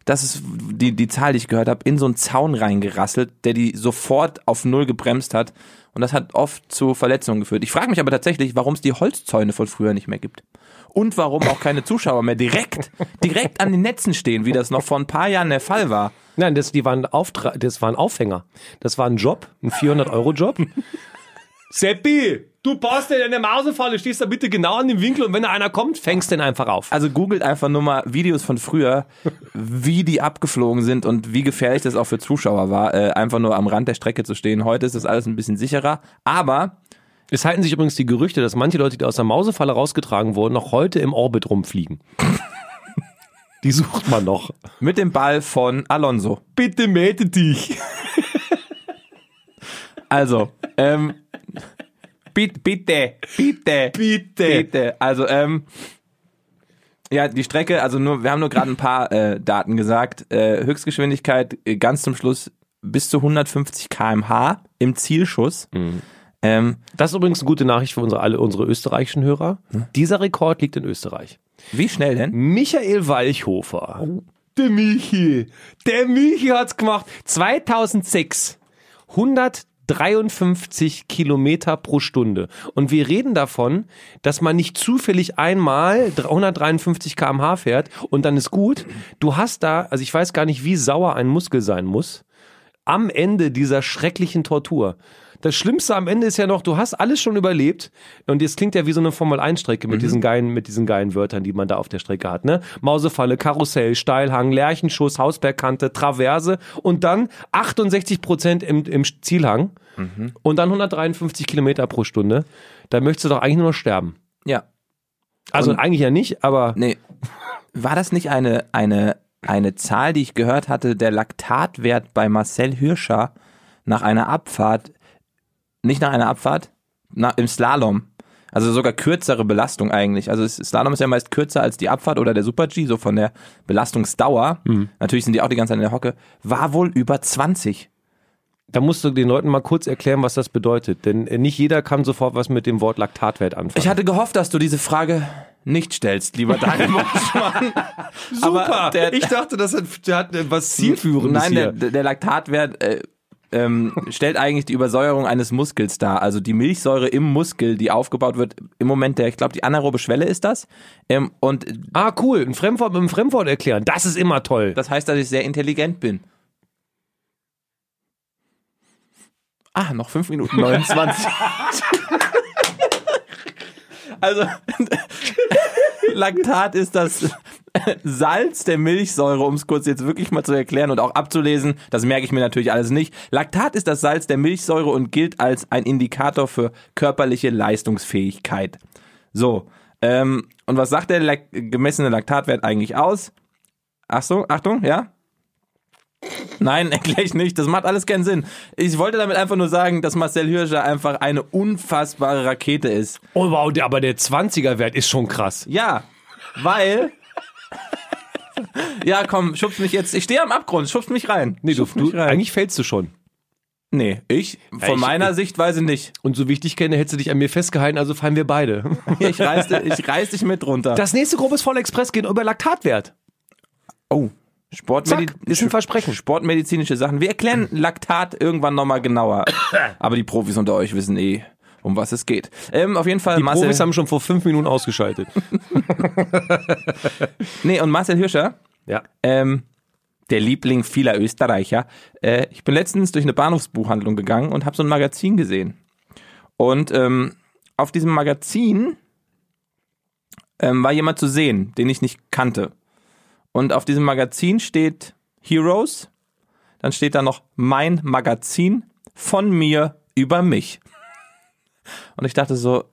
S1: das ist die, die Zahl, die ich gehört habe, in so einen Zaun reingerasselt, der die sofort auf Null gebremst hat. Und das hat oft zu Verletzungen geführt. Ich frage mich aber tatsächlich, warum es die Holzzäune von früher nicht mehr gibt. Und warum auch keine Zuschauer mehr direkt, direkt an den Netzen stehen, wie das noch vor ein paar Jahren der Fall war.
S2: Nein, das, die waren Auftra das waren Aufhänger. Das war ein Job, ein 400-Euro-Job. (laughs) Seppi, du passt in der Mausefalle, stehst da bitte genau an dem Winkel und wenn da einer kommt, fängst den einfach auf.
S1: Also googelt einfach nur mal Videos von früher, wie die abgeflogen sind und wie gefährlich das auch für Zuschauer war, äh, einfach nur am Rand der Strecke zu stehen. Heute ist das alles ein bisschen sicherer. Aber
S2: Es halten sich übrigens die Gerüchte, (laughs) dass manche Leute, die aus der Mausefalle rausgetragen wurden, noch heute im Orbit rumfliegen. Die sucht man noch.
S1: Mit dem Ball von Alonso.
S2: Bitte melde dich.
S1: Also, ähm, bitte, bitte, bitte,
S2: Bitte.
S1: bitte. Also, ähm, ja, die Strecke, also nur, wir haben nur gerade ein paar äh, Daten gesagt. Äh, Höchstgeschwindigkeit äh, ganz zum Schluss bis zu 150 km/h im Zielschuss. Ähm,
S2: Das ist übrigens eine gute Nachricht für unsere, alle unsere österreichischen Hörer. Dieser Rekord liegt in Österreich.
S1: wie schnell denn?
S2: Michael Walchhofer. Der Michi. Der Michi hat's gemacht. 2006. 153 Kilometer pro Stunde. Und wir reden davon, dass man nicht zufällig einmal 153 kmh fährt und dann ist gut. Du hast da, also ich weiß gar nicht, wie sauer ein Muskel sein muss, am Ende dieser schrecklichen Tortur. Das Schlimmste am Ende ist ja noch, du hast alles schon überlebt und jetzt klingt ja wie so eine Formel-1-Strecke mit diesen geilen, mit diesen geilen Wörtern, die man da auf der Strecke hat, ne? Mausefalle, Karussell, Steilhang, Lerchenschuss, Hausbergkante, Traverse und dann 68 Prozent im, im Zielhang und dann 153 Kilometer pro Stunde. Da möchtest du doch eigentlich nur noch sterben.
S1: Ja,
S2: Also eigentlich ja nicht, aber
S1: Nee. War das nicht eine, eine, eine Zahl, die ich gehört hatte, der Laktatwert bei Marcel Hirscher nach einer Abfahrt, nicht nach einer Abfahrt, na, im Slalom? Also sogar kürzere Belastung eigentlich. Also es- Slalom ist ja meist kürzer als die Abfahrt oder der Super-G, so von der Belastungsdauer. Natürlich sind die auch die ganze Zeit in der Hocke. War wohl über 20.
S2: da musst du den Leuten mal kurz erklären, was das bedeutet. Denn äh, nicht jeder kann sofort was mit dem Wort Laktatwert anfangen.
S1: Ich hatte gehofft, dass du diese Frage nicht stellst, lieber Daniel Boschmann. Super. Der,
S2: ich dachte, das hat, der hat äh, was Zielführendes
S1: Hm? Nein,
S2: hier.
S1: Der, der Laktatwert äh, ähm, stellt eigentlich die Übersäuerung eines Muskels dar. Also die Milchsäure im Muskel, die aufgebaut wird, im Moment der, ich glaube, die anaerobe Schwelle ist das. Ähm, und
S2: ah, cool, ein Fremdwort mit einem Fremdwort erklären, das ist immer toll.
S1: das heißt, dass ich sehr intelligent bin. Ah, noch fünf Minuten 29. also, (laughs) Laktat ist das Salz der Milchsäure, um es kurz jetzt wirklich mal zu erklären und auch abzulesen. Das merke ich mir natürlich alles nicht. Laktat ist das Salz der Milchsäure und gilt als ein Indikator für körperliche Leistungsfähigkeit. So, ähm, und was sagt der Lak gemessene Laktatwert eigentlich aus? Ach so, Achtung, ja? Nein, (laughs) erkläre ich nicht. Das macht alles keinen Sinn. Ich wollte damit einfach nur sagen, dass Marcel Hirscher einfach eine unfassbare Rakete ist.
S2: Oh wow, der, aber der 20er-Wert ist schon krass.
S1: Ja, weil. (laughs) ja, komm, schubst mich jetzt. Ich stehe am Abgrund, schubst mich rein.
S2: Nee, du,
S1: Schubst mich
S2: du,
S1: rein.
S2: eigentlich fällst du schon.
S1: Nee, ich, von
S2: ich-
S1: meiner Sichtweise nicht.
S2: Und so wie ich dich kenne, hättest du dich an mir festgehalten, also fallen wir beide. (laughs)
S1: Ich (laughs) reiß, di- ich reiß dich mit runter.
S2: Das nächste grobes Vollexpress geht über Laktatwert.
S1: oh. Sportmedi
S2: Zack, ist ein Versprechen.
S1: Sportmedizinische Sachen. Wir
S2: (laughs)
S1: erklären Laktat irgendwann nochmal genauer. Aber die Profis unter euch wissen eh, um was es geht. Ähm, auf jeden Fall,
S2: Die
S1: Marcel.
S2: Profis haben schon vor fünf
S1: (laughs)
S2: Minuten ausgeschaltet.
S1: Nee, und Marcel Hirscher,
S2: ja.
S1: ähm, der Liebling vieler Österreicher. Äh, ich bin letztens durch eine Bahnhofsbuchhandlung gegangen und habe so ein Magazin gesehen. Und ähm, auf diesem Magazin ähm, war jemand zu sehen, den ich nicht kannte. Und auf diesem Magazin steht Heroes, dann steht da noch mein Magazin von mir über mich. Und ich dachte so,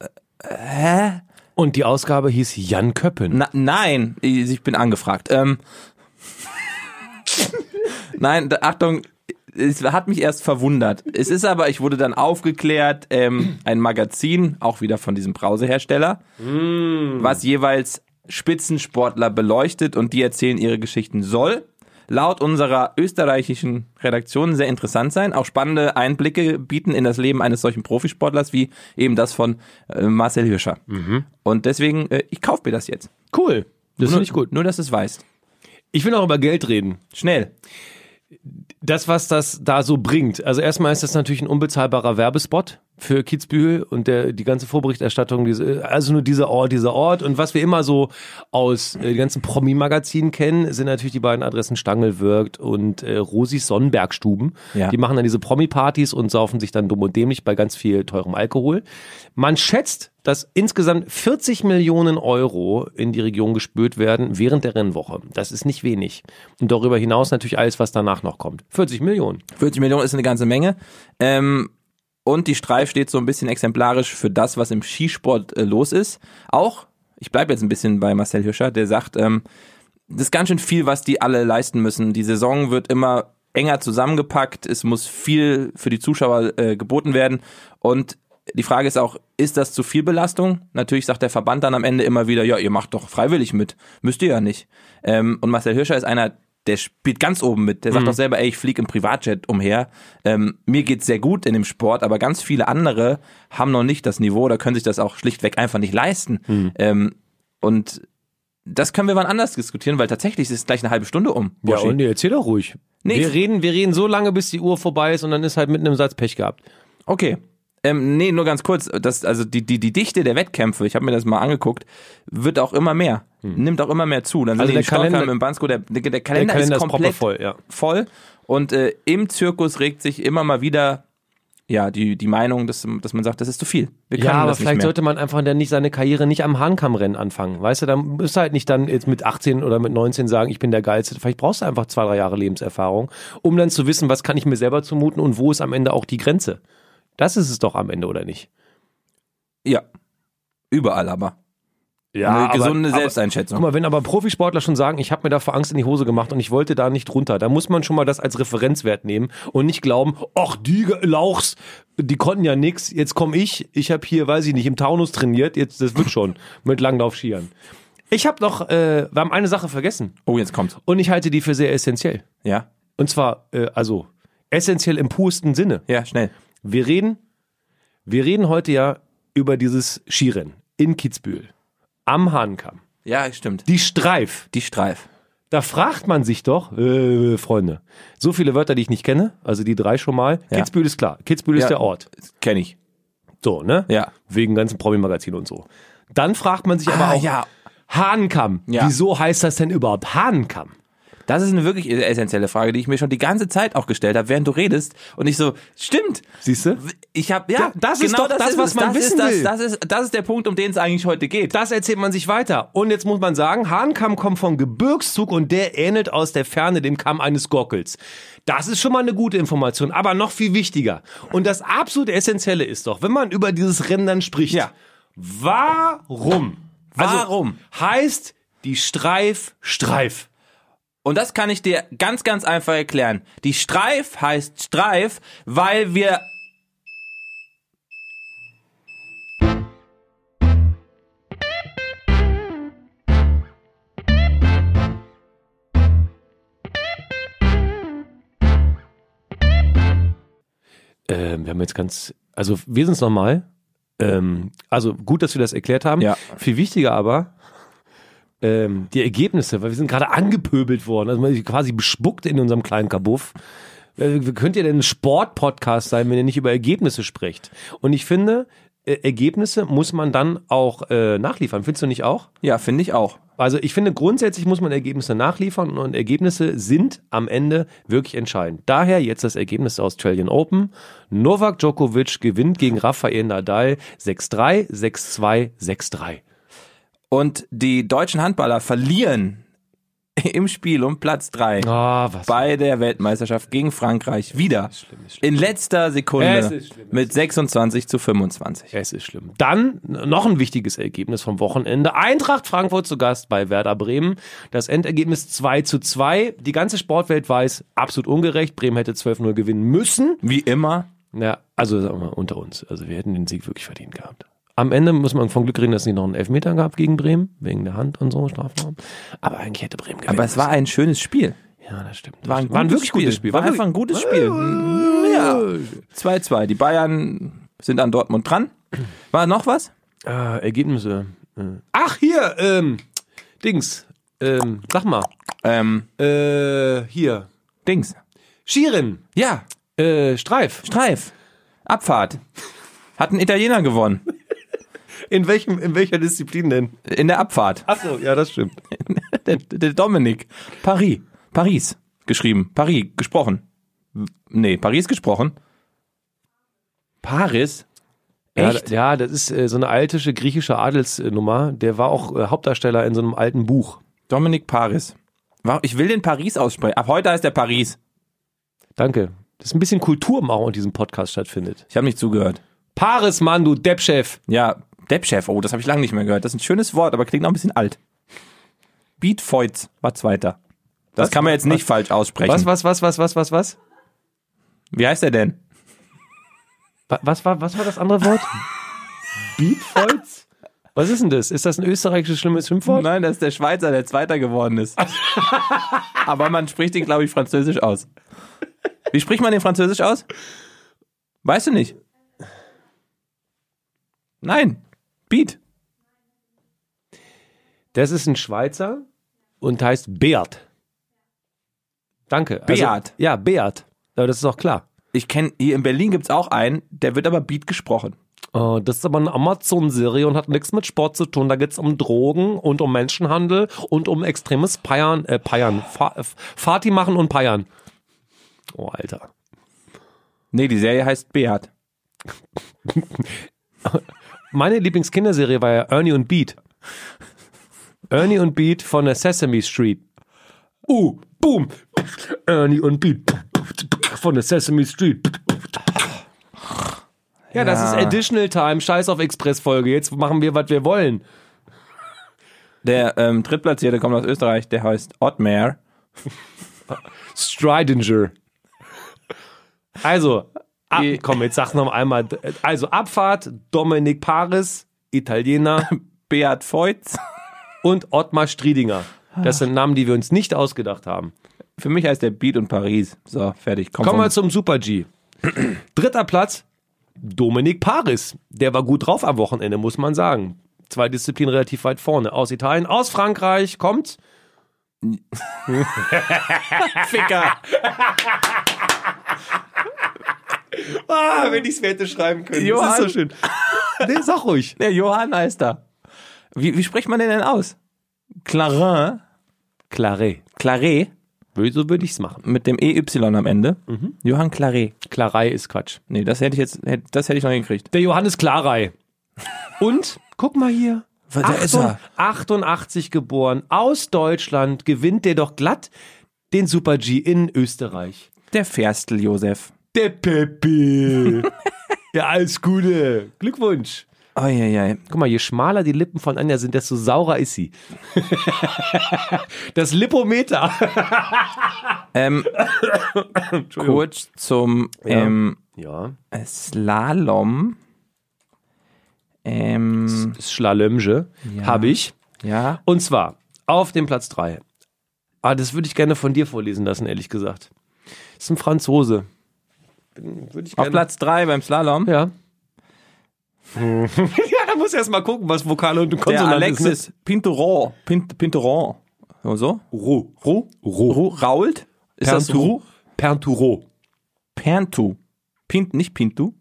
S2: Und die Ausgabe hieß Jan Köppen.
S1: Na, nein, ich ich bin angefragt. Ähm, (laughs) nein, da, Achtung, es hat mich erst verwundert. Es ist aber, ich wurde dann aufgeklärt, ähm, ein Magazin, auch wieder von diesem Brausehersteller, was jeweils Spitzensportler beleuchtet und die erzählen ihre Geschichten soll. Laut unserer österreichischen Redaktion sehr interessant sein, auch spannende Einblicke bieten in das Leben eines solchen Profisportlers wie eben das von äh, Marcel Hirscher. Und deswegen, äh, ich kaufe mir das jetzt.
S2: Cool. Das
S1: Nur,
S2: finde ich gut.
S1: Nur, dass du es weißt.
S2: Ich will noch über Geld reden.
S1: Schnell.
S2: das, was das da so bringt. Also erstmal ist das natürlich ein unbezahlbarer Werbespot für Kitzbühel und der, die ganze Vorberichterstattung, diese, also nur dieser Ort, dieser Ort. Und was wir immer so aus äh, den ganzen Promi-Magazinen kennen, sind natürlich die beiden Adressen Stangelwirkt und äh, Rosis Sonnenbergstuben.
S1: Ja.
S2: Die machen dann diese Promi-Partys und saufen sich dann dumm und dämlich bei ganz viel teurem Alkohol. Man schätzt, dass insgesamt 40 Millionen Euro in die Region gespült werden während der Rennwoche. Das ist nicht wenig. Und darüber hinaus natürlich alles, was danach noch kommt. 40 Millionen.
S1: 40 Millionen ist eine ganze Menge. Ähm, und die Streif steht so ein bisschen exemplarisch für das, was im Skisport äh, los ist. Auch, ich bleibe jetzt ein bisschen bei Marcel Hirscher, der sagt, ähm, das ist ganz schön viel, was die alle leisten müssen. Die Saison wird immer enger zusammengepackt. Es muss viel für die Zuschauer äh, geboten werden. Und die Frage ist auch, ist das zu viel Belastung? Natürlich sagt der Verband dann am Ende immer wieder, ja, ihr macht doch freiwillig mit. Müsst ihr ja nicht. Ähm, und Marcel Hirscher ist einer, der spielt ganz oben mit. Der sagt doch selber, ey, ich fliege im Privatjet umher. Ähm, mir geht's sehr gut in dem Sport, aber ganz viele andere haben noch nicht das Niveau oder können sich das auch schlichtweg einfach nicht leisten. Ähm, und das können wir wann anders diskutieren, weil tatsächlich ist gleich eine halbe Stunde um.
S2: Ja,
S1: Boschi.
S2: und nee, erzähl doch ruhig.
S1: Nee,
S2: wir
S1: ich-
S2: reden, wir reden so lange, bis die Uhr vorbei ist und dann ist halt mitten im Satz Pech gehabt.
S1: Okay. Ähm, nee, nur ganz kurz. Das, also die, die, die Dichte der Wettkämpfe, ich habe mir das mal angeguckt, wird auch immer mehr. Nimmt auch immer mehr zu. Dann
S2: Hm.
S1: sind
S2: Also
S1: die
S2: der
S1: in Stockholm,
S2: Kalender-
S1: im Bansko, der, der, der Kalender,
S2: Kalender ist
S1: ist komplett
S2: proppevoll, ja.
S1: voll. Und äh, im Zirkus regt sich immer mal wieder ja, die, die Meinung, dass, dass man sagt, das ist zu viel. Wir können
S2: Ja, aber
S1: das
S2: vielleicht
S1: nicht mehr.
S2: sollte man einfach dann nicht seine Karriere nicht am Hahnkammrennen anfangen. Weißt du, dann müsst du halt nicht dann jetzt mit 18 oder mit 19 sagen, ich bin der Geilste. Vielleicht brauchst du einfach zwei, drei Jahre Lebenserfahrung, um dann zu wissen, was kann ich mir selber zumuten und wo ist am Ende auch die Grenze. Das ist es doch am Ende, oder nicht?
S1: Ja. Überall aber. Eine gesunde Selbsteinschätzung.
S2: Guck mal, wenn aber Profisportler schon sagen, ich habe mir da vor Angst in die Hose gemacht und ich wollte da nicht runter, dann muss man schon mal das als Referenzwert nehmen und nicht glauben, ach, die Ge- Lauchs, die konnten ja nix, jetzt komme ich, ich habe hier, weiß ich nicht, im Taunus trainiert, jetzt das wird schon (laughs) mit Langlaufskiern. Ich habe noch, äh, wir haben eine Sache vergessen
S1: oh, jetzt kommt's.
S2: und ich halte die für sehr essentiell.
S1: Ja.
S2: Und zwar, äh, also, essentiell im pursten Sinne.
S1: Ja, schnell.
S2: Wir reden, wir reden heute ja über dieses Skirennen in Kitzbühel am Hahnkamm.
S1: Ja, stimmt.
S2: Die Streif,
S1: Die Streif.
S2: da fragt man sich doch, äh, Freunde, so viele Wörter, die ich nicht kenne, also die drei schon mal.
S1: Ja.
S2: Kitzbühel ist klar. Kitzbühel ist
S1: Ja.
S2: der Ort.
S1: Kenn ich.
S2: So, ne?
S1: Ja.
S2: Wegen ganzen Promi-Magazin und so. Dann fragt man sich aber
S1: Ah,
S2: auch,
S1: ja.
S2: Hahnkamm.
S1: Ja.
S2: Wieso heißt das denn überhaupt Hahnkamm?
S1: Das ist eine wirklich essentielle Frage, die ich mir schon die ganze Zeit auch gestellt habe, während du redest. Und ich so, stimmt.
S2: Siehst du?
S1: Ich habe ja,
S2: Ja, das ist doch das,
S1: ist
S2: was
S1: es.
S2: man
S1: das
S2: wissen
S1: ist, das,
S2: will.
S1: Das ist, das ist der Punkt, um den es eigentlich heute geht.
S2: Das erzählt man sich weiter. Und jetzt muss man sagen, Hahnkamm kommt vom Gebirgszug und der ähnelt aus der Ferne dem Kamm eines Gockels. Das ist schon mal eine gute Information, aber noch viel wichtiger. Und das absolut Essentielle ist doch, wenn man über dieses Rennen dann spricht,
S1: Ja.
S2: warum?
S1: Warum?
S2: Also heißt die Streif Streif.
S1: Und das kann ich dir ganz, ganz einfach erklären. Die Streif heißt Streif, weil wir
S2: Ähm, wir haben jetzt ganz, also wir sind es nochmal. Ähm, also gut, dass wir das erklärt haben.
S1: Ja.
S2: Viel wichtiger aber ähm, die Ergebnisse, weil wir sind gerade angepöbelt worden, also man ist quasi bespuckt in unserem kleinen Kabuff. Äh, Könnt ihr denn ein Sport-Podcast sein, wenn ihr nicht über Ergebnisse sprecht? Und ich finde, äh, Ergebnisse muss man dann auch äh, nachliefern. Findest du nicht auch?
S1: ja, finde ich auch.
S2: Also ich finde, grundsätzlich muss man Ergebnisse nachliefern und Ergebnisse sind am Ende wirklich entscheidend. Daher jetzt das Ergebnis der Australian Open. Novak Djokovic gewinnt gegen Rafael Nadal 6-3, 6-2, 6-3.
S1: Und die deutschen Handballer verlieren (laughs) im Spiel um Platz drei
S2: Ah, was?
S1: bei der Weltmeisterschaft gegen Frankreich wieder in letzter
S2: Es
S1: Sekunde
S2: ist schlimm, es
S1: mit 26 zu 25.
S2: Es ist schlimm. Dann noch ein wichtiges Ergebnis vom Wochenende. Eintracht Frankfurt zu Gast bei Werder Bremen. Das Endergebnis 2 zu 2. Die ganze Sportwelt weiß, absolut ungerecht. Bremen hätte 12-0 gewinnen müssen.
S1: Wie immer
S2: Ja, also sagen wir mal, unter uns. Also wir hätten den Sieg wirklich verdient gehabt. Am Ende muss man von Glück reden, dass es nicht noch einen Elfmeter gab gegen Bremen, wegen der Hand und so, Strafraum. Aber eigentlich hätte Bremen gewinnen
S1: Aber es war ein schönes Spiel.
S2: müssen. Ja, das stimmt.
S1: War ein, gutes Spiel. War einfach ein gutes Spiel. Ja. 2-2. Die Bayern sind an Dortmund dran. War noch was?
S2: Ah, Ergebnisse. Äh. Ach, hier, ähm, Dings. Ähm, sag mal.
S1: Ähm,
S2: Äh, hier.
S1: Dings.
S2: Schieren.
S1: Ja,
S2: Äh, Streif.
S1: Streif. Abfahrt. Hat ein Italiener gewonnen.
S2: In, welchem, in welcher Disziplin denn?
S1: In der Abfahrt.
S2: Achso, ja, das stimmt.
S1: Der, der Dominik. Paris. Paris. Geschrieben. Paris. Gesprochen. Nee, Paris gesprochen. Paris? Echt?
S2: Ja, ja das ist äh, so eine altische griechische Adelsnummer. Der war auch äh, Hauptdarsteller in so einem alten Buch.
S1: Dominik Paris. Wa- Ich will den Paris aussprechen. Ab heute heißt er Paris.
S2: Danke. Das ist ein bisschen Kultur im Auch in diesem Podcast stattfindet.
S1: Ich habe nicht zugehört.
S2: Paris, Mann, du Deppchef.
S1: Ja, Deppchef, oh, das habe ich lange nicht mehr gehört. Das ist ein schönes Wort, aber klingt noch ein bisschen alt. Beat Feutz war Zweiter. Das kann man jetzt nicht falsch aussprechen.
S2: Was, was, was, was, was, was, was?
S1: Wie heißt er denn?
S2: Wa- Was war, was war das andere Wort? Beatfolz? Was ist denn das? Ist das ein österreichisches schlimmes Schimpfwort?
S1: Nein, das ist der Schweizer, der Zweiter geworden
S2: (laughs)
S1: ist. Aber man spricht ihn, glaube ich, französisch aus. Wie spricht man den französisch aus? Weißt du nicht? Nein. Beat.
S2: Das ist ein Schweizer und heißt Beat. Danke. Also
S1: Beat.
S2: Ja, Beat. Aber das ist auch klar.
S1: Ich kenne, hier in Berlin gibt es auch einen, der wird aber Beat gesprochen.
S2: Äh, das ist aber eine Amazon-Serie und hat nichts mit Sport zu tun. Da geht's um Drogen und um Menschenhandel und um extremes Peiern, äh, Peiern, Fa F- Fati machen und Peiern. Oh, Alter.
S1: Nee, die Serie heißt Beat.
S2: Meine Lieblingskinderserie war ja Ernie und Beat. Ernie und Beat von der Sesame Street. Uh, boom. Ernie und Beat von der Sesame Street. Ja, das ist Additional Time. Scheiß auf Express-Folge. Jetzt machen wir, was wir wollen.
S1: Der ähm, Drittplatzierte kommt aus Österreich, der heißt Ottmar.
S2: Stridinger. Also, ab,
S1: Eh.
S2: komm, jetzt sag noch einmal. Also, Abfahrt, Dominik Paris, Italiener
S1: Beat Feutz.
S2: und Ottmar Stridinger. Das sind Namen, die wir uns nicht ausgedacht haben.
S1: Für mich heißt der Beat und Paris. So, fertig. Komm,
S2: Kommen
S1: vom-
S2: wir zum Super G. Dritter Platz, Dominik Paris. Der war gut drauf am Wochenende, muss man sagen. Zwei Disziplinen relativ weit vorne. Aus Italien, aus Frankreich kommt.
S1: Ficker.
S2: Ah, wenn ich es hätte schreiben können. Johann.
S1: Das ist so
S2: schön. (laughs) Nee, sag ruhig.
S1: Der Johann heißt er. Wie, wie spricht man den denn aus? Clarin.
S2: Claré.
S1: Claret
S2: So würde ich es machen.
S1: mit dem EY am Ende.
S2: Mhm.
S1: Johann Claret.
S2: Klarei ist Quatsch.
S1: Nee, das hätte ich jetzt, hätte, das hätte ich noch hingekriegt.
S2: Der Johannes Klarei. Und, guck mal hier.
S1: Was, da ist er.
S2: 88 geboren, aus Deutschland, gewinnt der doch glatt den Super G in Österreich.
S1: Der Ferstel Josef.
S2: Der Peppi. (laughs) ja, alles Gute. Glückwunsch.
S1: Eieiei.
S2: Guck mal, je schmaler die Lippen von Anja sind, desto saurer ist (laughs) sie. das Lipometer. (coughs)
S1: Ähm, kurz zum ähm,
S2: Ja.
S1: Slalom. Ähm,
S2: Das Schlalömge habe ich.
S1: ja.
S2: Und zwar auf dem Platz 3. Ah, das würde ich gerne von dir vorlesen lassen, ehrlich gesagt. Ist ein Franzose. Bin- Würde ich
S1: Auf Platz 3 beim Slalom.
S2: Ja. Hm. (laughs) ja, da muss erst mal gucken, was Vokale und
S1: Der
S2: Konsonanten sind.
S1: Alexis Pinteron. Pint, Pinteron. So, so.
S2: Ru. Ru. Ru.
S1: Ru, Rault. Ist das Ru?
S2: Pernturo. Pernturo.
S1: Perntu. Pint, nicht Pintu.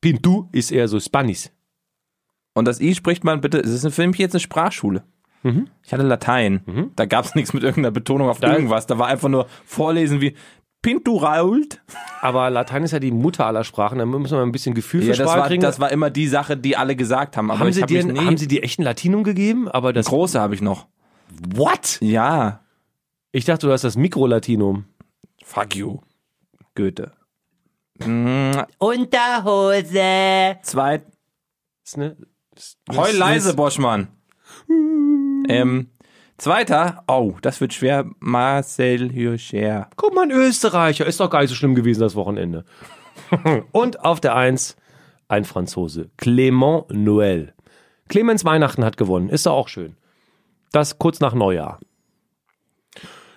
S2: Pintu ist eher so Spanisch.
S1: Und das I spricht man bitte, es ist ein Film hier jetzt eine Sprachschule. Ich hatte Latein. Da gab es nichts mit irgendeiner Betonung auf irgendwas. Mhm. Da war einfach nur Vorlesen wie Pinturault.
S2: Aber Latein ist ja die Mutter aller Sprachen, da müssen wir ein bisschen Gefühl für
S1: Ja, das,
S2: Sprache
S1: war,
S2: kriegen.
S1: das war immer die Sache, die alle gesagt haben. Aber
S2: haben,
S1: ich
S2: sie
S1: hab
S2: dir,
S1: mich nie,
S2: haben sie dir echt ein Latinum gegeben? Aber das.
S1: große habe ich noch.
S2: What?
S1: Ja.
S2: Ich dachte, du hast das Mikrolatinum.
S1: Fuck you. Goethe.
S5: Unterhose.
S1: Zwei.
S2: Ist ne- ist-
S1: Heul
S2: ist-
S1: leise, Boschmann. Ähm, zweiter. Oh, das wird schwer. Marcel Hirscher.
S2: Guck mal, ein Österreicher. Ist doch gar nicht so schlimm gewesen das
S1: (laughs)
S2: Wochenende. Und auf der Eins ein Franzose. Clément Noël. Clemens Weihnachten hat gewonnen. Ist doch auch schön. Das kurz nach Neujahr.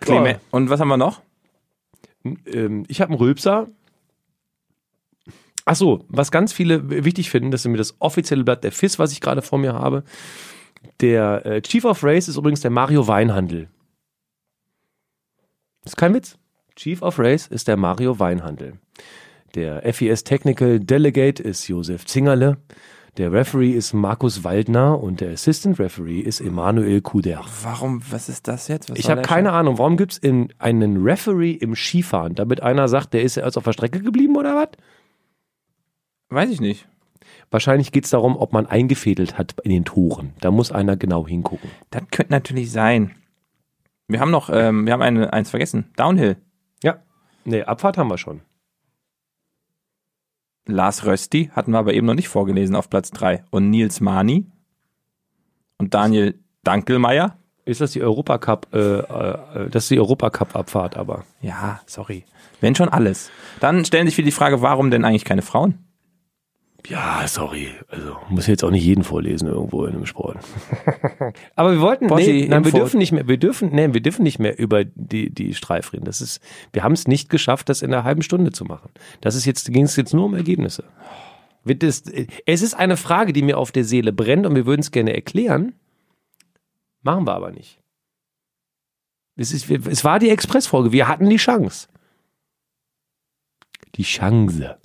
S1: Clement. Und was haben wir noch?
S2: ähm, ich habe einen Rülpser. Ach so, was ganz viele w- wichtig finden, das ist mir das offizielle Blatt der FIS, was ich gerade vor mir habe. Der äh, Chief of Race ist übrigens der Mario Weinhandel. Das ist kein Witz. Chief of Race ist der Mario Weinhandel. Der FIS Technical Delegate ist Josef Zingerle. Der Referee ist Markus Waldner und der Assistant Referee ist Emanuel Kuder.
S1: Warum, was ist das jetzt? Was
S2: Ich
S1: soll
S2: habe
S1: der
S2: keine Ahnung, warum gibt's in einen Referee im Skifahren, damit einer sagt, der ist erst auf der Strecke geblieben oder was?
S1: Scheiß? Weiß ich nicht.
S2: Wahrscheinlich geht's darum, ob man eingefädelt hat in den Toren. Da muss einer genau hingucken.
S1: Das könnte natürlich sein. Wir haben noch, ähm, wir haben eine, eins vergessen. Downhill.
S2: Ja. Nee, Abfahrt haben wir schon.
S1: Lars Rösti hatten wir aber eben noch nicht vorgelesen auf Platz 3. Und Nils Mani und Daniel Dankelmeier.
S2: Ist das die Europacup, äh, äh, das ist die Europacup-Abfahrt aber.
S1: Ja, sorry. Wenn schon alles. Dann stellen sich viele die Frage, warum denn eigentlich keine Frauen?
S2: Ja, sorry. Also, muss jetzt auch nicht jeden vorlesen irgendwo in einem Sport. (laughs) aber wir wollten,
S1: Potti,
S2: nee, nein, wir
S1: Info.
S2: dürfen nicht mehr, wir dürfen, nee, wir dürfen nicht mehr über die, die Streif reden. Das ist, wir haben es nicht geschafft, das in einer halben Stunde zu machen. Das ist jetzt, ging es jetzt nur um Ergebnisse. Wird es, es ist eine Frage, die mir auf der Seele brennt und wir würden es gerne erklären. Machen wir aber nicht. Es, ist, wir- es war die Expressfolge. Wir hatten die Chance. Die Chance.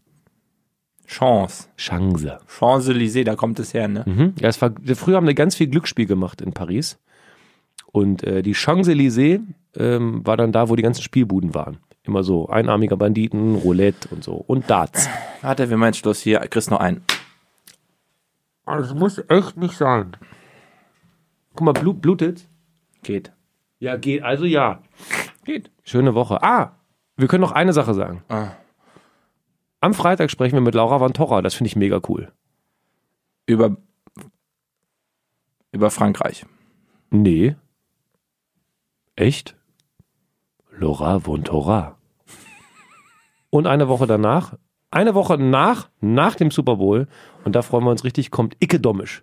S1: Chance.
S2: Chance.
S1: Champs-Élysées, da kommt es her, ne?
S2: Mhm. Ja, es war, früher haben wir ganz viel Glücksspiel gemacht in Paris. Und äh, die Champs-Élysées ähm, war dann da, wo die ganzen Spielbuden waren. Immer so einarmiger Banditen, Roulette und so. Und Darts.
S1: Warte, wir meinen Schluss hier. Chris noch einen.
S6: Es muss echt nicht sein.
S2: Guck mal, blu- blutet.
S1: Geht.
S2: Ja, geht. Also ja. Geht. Schöne Woche. Ah, wir können noch eine Sache sagen. Am Freitag sprechen wir mit Laura Van Torra. Das finde ich mega cool.
S1: Über, über Frankreich.
S2: Nee. Echt? Laura von Torra. Und eine Woche danach, eine Woche nach, nach dem Super Bowl, und da freuen wir uns richtig, kommt Icke Domisch.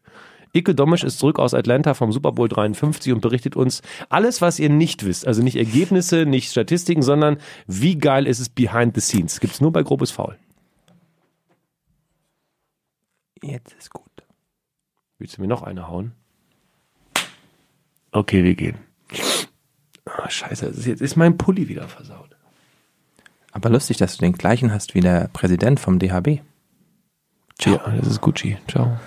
S2: Icke Domisch ist zurück aus Atlanta vom Super Bowl 53 und berichtet uns alles, was ihr nicht wisst. Also nicht Ergebnisse, nicht Statistiken, sondern wie geil ist es behind the scenes. Gibt's nur bei Grobes Faul.
S1: Jetzt ist gut.
S2: Willst du mir noch eine hauen? Okay, wir gehen. Ah, scheiße, es ist- jetzt ist mein Pulli wieder versaut.
S1: Aber lustig, dass du den gleichen hast wie der Präsident vom DHB.
S2: Ciao. Ja, das ist Gucci. Ciao.